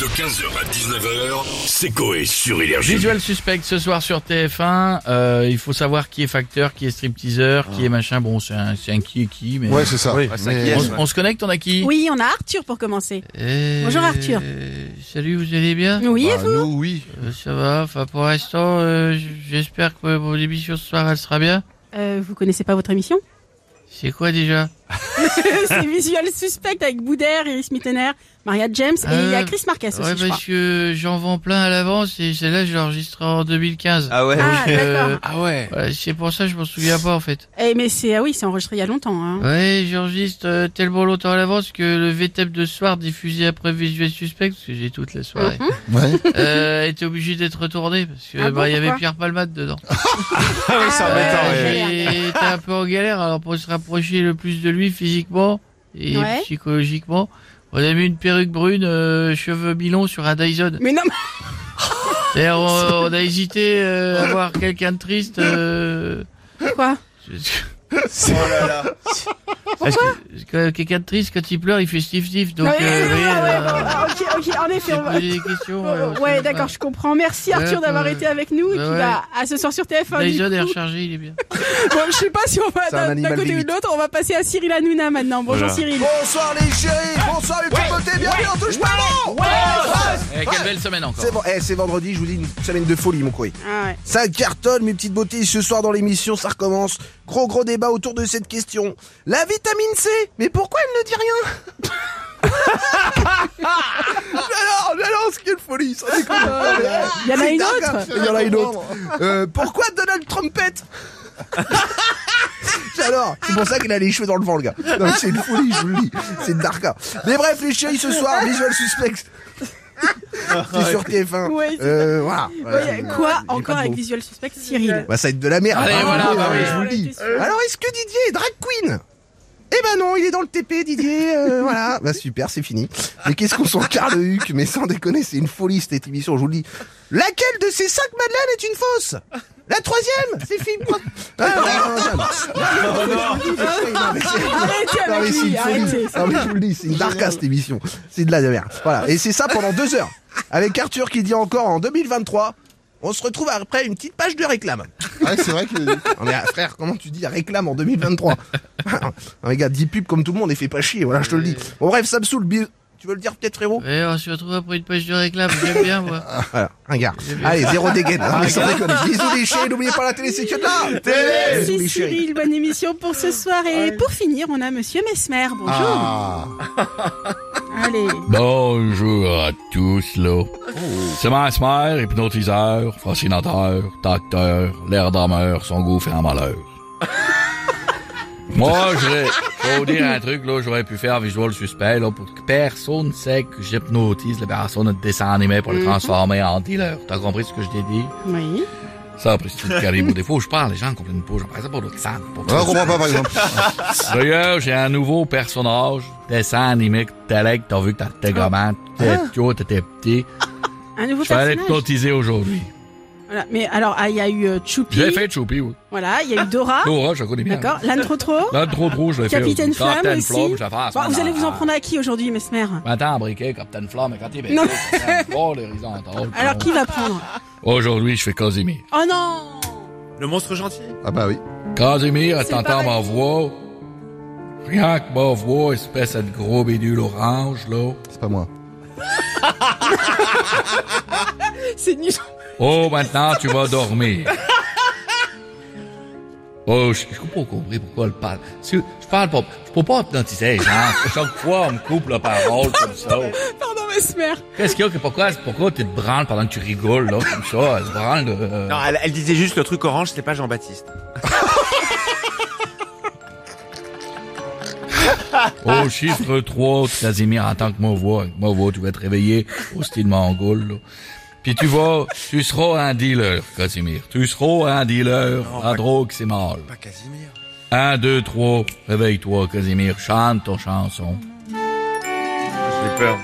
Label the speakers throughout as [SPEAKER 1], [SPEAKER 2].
[SPEAKER 1] De 15h à 19h, c'est Coé sur Énergie.
[SPEAKER 2] Visual Suspect ce soir sur TF1. Euh, il faut savoir qui est facteur, qui est stripteaseur, qui est machin. Bon, c'est un, c'est un qui est qui, mais
[SPEAKER 3] Ouais, c'est ça.
[SPEAKER 4] Oui,
[SPEAKER 3] Mais-
[SPEAKER 4] ça qui est.
[SPEAKER 2] on, on se connecte, on a qui
[SPEAKER 5] Oui, on a Arthur pour commencer.
[SPEAKER 2] Euh,
[SPEAKER 5] Bonjour, Arthur.
[SPEAKER 2] Salut, vous allez bien
[SPEAKER 5] Oui, et
[SPEAKER 3] Bah,
[SPEAKER 5] vous
[SPEAKER 3] nous, oui.
[SPEAKER 2] Euh, Ça va. Enfin, pour l'instant, euh, j- j'espère que mon émission ce soir elle sera bien.
[SPEAKER 5] Euh, Vous connaissez pas votre émission
[SPEAKER 2] C'est quoi déjà
[SPEAKER 5] C'est Visual Suspect avec Boudère, Iris Mittener, Maria James et il y
[SPEAKER 2] Euh,
[SPEAKER 5] a Chris Marquez aussi,
[SPEAKER 2] Ouais,
[SPEAKER 5] je crois.
[SPEAKER 2] parce que j'en vends plein à l'avance et celle-là, je l'ai enregistrée en 2015.
[SPEAKER 4] Ah ouais.
[SPEAKER 5] Ah,
[SPEAKER 2] euh,
[SPEAKER 5] d'accord.
[SPEAKER 4] Ah ouais.
[SPEAKER 2] ouais, c'est pour ça que je m'en souviens pas en fait.
[SPEAKER 5] Eh, mais c'est, ah oui, c'est enregistré il y a longtemps. Hein.
[SPEAKER 2] Ouais, j'enregistre euh, tellement longtemps à l'avance que le VTEP de soir diffusé après Visuel Suspect, parce que j'ai toute la soirée,
[SPEAKER 5] Mhm.
[SPEAKER 3] Ouais.
[SPEAKER 2] euh, était obligé d'être retourné parce que
[SPEAKER 5] Ah
[SPEAKER 2] bah,
[SPEAKER 5] bon,
[SPEAKER 2] il y avait
[SPEAKER 5] pourquoi
[SPEAKER 2] Pierre Palmade dedans.
[SPEAKER 4] Ah ouais, c'est
[SPEAKER 5] Ah
[SPEAKER 4] embêtant,
[SPEAKER 5] ouais,
[SPEAKER 4] ouais.
[SPEAKER 5] j'ai-
[SPEAKER 2] J'étais un peu en galère, alors pour se rapprocher le plus de lui physiquement et
[SPEAKER 5] Ouais.
[SPEAKER 2] psychologiquement, on a mis une perruque brune, euh, cheveux mi-longs sur un Dyson.
[SPEAKER 5] Mais non, mais-
[SPEAKER 2] D'ailleurs, on, on a hésité euh, à voir quelqu'un de triste. euh,
[SPEAKER 5] quoi
[SPEAKER 4] Oh là là.
[SPEAKER 2] parce que quelqu'un de triste quand il pleure, il fait stiff stiff. Donc,
[SPEAKER 5] Ouais,
[SPEAKER 2] euh, vous
[SPEAKER 5] ouais,
[SPEAKER 2] voyez,
[SPEAKER 5] ouais,
[SPEAKER 2] euh,
[SPEAKER 5] ouais, ouais, ouais, ok, ok, en effet,
[SPEAKER 2] j'ai
[SPEAKER 5] on va...
[SPEAKER 2] posé des questions. euh,
[SPEAKER 5] Ouais,
[SPEAKER 2] ça va pas.
[SPEAKER 5] d'accord, je comprends. Merci Arthur
[SPEAKER 2] Ouais,
[SPEAKER 5] d'avoir
[SPEAKER 2] ouais.
[SPEAKER 5] été avec nous.
[SPEAKER 2] Ouais,
[SPEAKER 5] Et puis,
[SPEAKER 2] ouais.
[SPEAKER 5] bah, à ce soir sur TF1. du
[SPEAKER 2] Dyson est
[SPEAKER 5] coup.
[SPEAKER 2] rechargé, il est bien.
[SPEAKER 5] Bon, je sais pas si on va
[SPEAKER 3] C'est un
[SPEAKER 5] d'un d'un
[SPEAKER 3] animal
[SPEAKER 5] côté ou de
[SPEAKER 3] limite.
[SPEAKER 5] l'autre. On va passer à Cyril Hanouna maintenant. Bonjour Cyril.
[SPEAKER 3] Bonsoir les chéris, bonsoir les communautés, bienvenue, on touche pas bon
[SPEAKER 2] Eh, quelle belle semaine encore.
[SPEAKER 3] C'est bon, eh, c'est vendredi, je vous dis une semaine de folie mon couille.
[SPEAKER 5] Ah ouais.
[SPEAKER 3] Ça cartonne mes petites beautés, ce soir dans l'émission ça recommence. Gros gros débat autour de cette question. La vitamine C, mais pourquoi elle ne dit rien Alors, alors, quelle folie, sans déconner.
[SPEAKER 5] Il y en a
[SPEAKER 3] C'est
[SPEAKER 5] une
[SPEAKER 3] dingue,
[SPEAKER 5] autre.
[SPEAKER 3] hein. Il y en a une autre. Euh, pourquoi Donald Trump pète Alors, c'est pour ça qu'il a les cheveux dans le vent, le gars. Non, mais c'est une folie, je vous le dis. C'est Darka. Mais bref, les chéris, ce soir, Visual Suspect. c'est sur TF1.
[SPEAKER 5] Ouais, c'est
[SPEAKER 3] euh, voilà.
[SPEAKER 5] Ouais, Quoi
[SPEAKER 3] pas
[SPEAKER 5] encore
[SPEAKER 3] de
[SPEAKER 5] avec
[SPEAKER 3] mots.
[SPEAKER 5] Visual Suspect Cyril
[SPEAKER 3] Bah, ça va être de la merde.
[SPEAKER 2] Allez,
[SPEAKER 3] Ah,
[SPEAKER 2] voilà,
[SPEAKER 3] ouais,
[SPEAKER 2] bah oui.
[SPEAKER 3] je vous le dis. Alors, est-ce que Didier est drag queen eh ben non, il est dans le TP, Didier. euh, voilà. Bah super, c'est fini. Mais qu'est-ce qu'on s'en carre le Huc Mais sans déconner, c'est une folie cette émission, je vous le dis. Laquelle de ces cinq madeleines est une fausse La troisième C'est Philippe. Ah, non, non, non, non. Je vous le dis, c'est folie, non, mais c'est-
[SPEAKER 5] Arrêtez
[SPEAKER 3] non, mais
[SPEAKER 5] avec
[SPEAKER 3] c'est une
[SPEAKER 5] lui,
[SPEAKER 3] folie.
[SPEAKER 5] arrêtez.
[SPEAKER 3] Non, mais je vous le dis, c'est une darka cette émission. C'est de la merde. Voilà. Et c'est ça pendant deux heures. Avec Arthur qui dit encore en 2023, on se retrouve après une petite page de réclame. Ouais, Ah, c'est vrai que. mais ah, frère, comment tu dis réclame en 2023 Ah, Non, mais gars, dis pub comme tout le monde et fais pas chier, voilà, je te le dis. Bon, bref, ça me saoule. bis- Tu veux le dire peut-être, frérot
[SPEAKER 2] Ouais, on se retrouve après une page de réclame, j'aime bien moi.
[SPEAKER 3] Voilà, un gars. Allez, zéro dégaine. hein, mais sans déconner. Bisous les chéris, n'oubliez pas la télé, c'est que de là Bisous,
[SPEAKER 5] Merci
[SPEAKER 3] les chéris.
[SPEAKER 5] Cyril, bonne émission pour ce soir. Et pour finir, on a Monsieur Mesmer. Bonjour.
[SPEAKER 3] Ah.
[SPEAKER 5] Allez.
[SPEAKER 6] Bonjour à tous, là.
[SPEAKER 4] Oh.
[SPEAKER 6] C'est Mesmer, hypnotiseur, fascinateur, tacteur, l'air d'ameur, son goût fait un malheur. Moi, j'aurais, faut dire un truc, là, j'aurais pu faire visual suspect, là, pour que personne sait que j'hypnotise la personne de dessin animé
[SPEAKER 4] Mhm.
[SPEAKER 6] pour le transformer en dealer. T'as compris ce que je t'ai dit?
[SPEAKER 5] Oui.
[SPEAKER 6] Ça, après, c'est le caribou. Des fois, je parle, les gens comprennent pas, j'en parle pas d'autre sang. pas
[SPEAKER 4] On comprend pas par exemple.
[SPEAKER 6] D'ailleurs, j'ai un nouveau personnage, dessin animé, que t'allais, que t'as vu que t'as
[SPEAKER 5] Ah.
[SPEAKER 6] t'es gamin, t'étais petit, t'étais petit.
[SPEAKER 5] Un nouveau
[SPEAKER 6] Je vais aller
[SPEAKER 5] Ah, personnage.
[SPEAKER 6] hypnotiser aujourd'hui.
[SPEAKER 5] Voilà. Mais alors, ah, il y a eu euh, Choupi.
[SPEAKER 6] J'ai fait Choupi, oui.
[SPEAKER 5] Voilà, il y a eu Dora.
[SPEAKER 6] Dora, je la connais bien.
[SPEAKER 5] Ah. D'accord. L'âne trop trop.
[SPEAKER 6] Là, trop trop, je l'ai fait.
[SPEAKER 5] Capitaine
[SPEAKER 6] Captain
[SPEAKER 5] Flamme aussi.
[SPEAKER 6] Flamme, je l'ai fait à
[SPEAKER 5] Bon,
[SPEAKER 6] ce
[SPEAKER 5] vous allez vous en
[SPEAKER 6] moment-là.
[SPEAKER 5] prendre à qui aujourd'hui, Mesmer
[SPEAKER 6] Maintenant, Ah. en briquet, Captain Flamme, et quand il
[SPEAKER 5] Non.
[SPEAKER 6] Oh, l'horizontal.
[SPEAKER 5] Alors, qui va prendre
[SPEAKER 6] Aujourd'hui, je fais Casimir.
[SPEAKER 5] Oh non
[SPEAKER 4] Le monstre gentil.
[SPEAKER 3] Ah bah oui.
[SPEAKER 6] Casimir,
[SPEAKER 5] C'est
[SPEAKER 6] t'entends ma
[SPEAKER 5] pareil.
[SPEAKER 6] voix. Rien que ma voix, espèce de gros bidule orange, là.
[SPEAKER 3] C'est pas moi.
[SPEAKER 5] C'est nul.
[SPEAKER 6] Oh, maintenant, tu vas dormir. Oh, je je comprends pas compris pourquoi elle parle. Si- Je parle pas. Je peux pas hypnotiser les gens. Chaque fois, on me coupe la parole comme ça.
[SPEAKER 5] Pardon, Mesmer.
[SPEAKER 6] Qu'est-ce qu'il y a que pourquoi, pourquoi tu te branles pendant que tu rigoles, là, comme ça? Elle se branle de... euh,
[SPEAKER 4] Non, elle, elle disait juste le truc orange, c'est pas Jean-Baptiste.
[SPEAKER 6] Au chiffre 3, Casimir, en tant que ma voix, avec ma voix, tu vas te réveiller au style mongol, là. Puis tu vas, tu seras un dealer, Casimir. Tu seras un dealer. La drogue, c'est mal.
[SPEAKER 4] Pas Casimir.
[SPEAKER 6] 1, 2, 3, réveille-toi, Casimir. Chante ton chanson.
[SPEAKER 4] J'ai peur.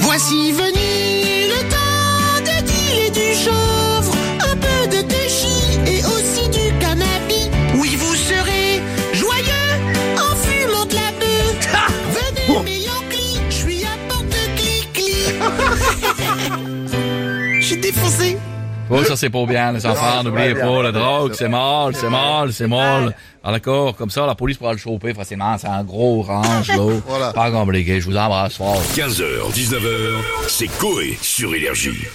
[SPEAKER 7] Voici venu le temps de dire et du chanvre, un peu de téchi et aussi du cannabis. Oui, vous serez joyeux en fumant de la bœuf. Venez, mes Yankees, je suis à porte de clic-clic. j'ai défoncé.
[SPEAKER 6] Oh, ça, c'est pas bien, les enfants.
[SPEAKER 3] Non,
[SPEAKER 6] N'oubliez
[SPEAKER 3] c'est pas
[SPEAKER 6] pas,
[SPEAKER 3] bien.
[SPEAKER 6] la drogue, c'est mal, c'est mal, c'est mal. Alors, d'accord, comme ça, la police pourra le choper facilement. C'est un gros orange, là.
[SPEAKER 3] Voilà.
[SPEAKER 6] Pas compliqué. Je vous embrasse fort.
[SPEAKER 1] 15h, 19h, c'est Coé sur Énergie.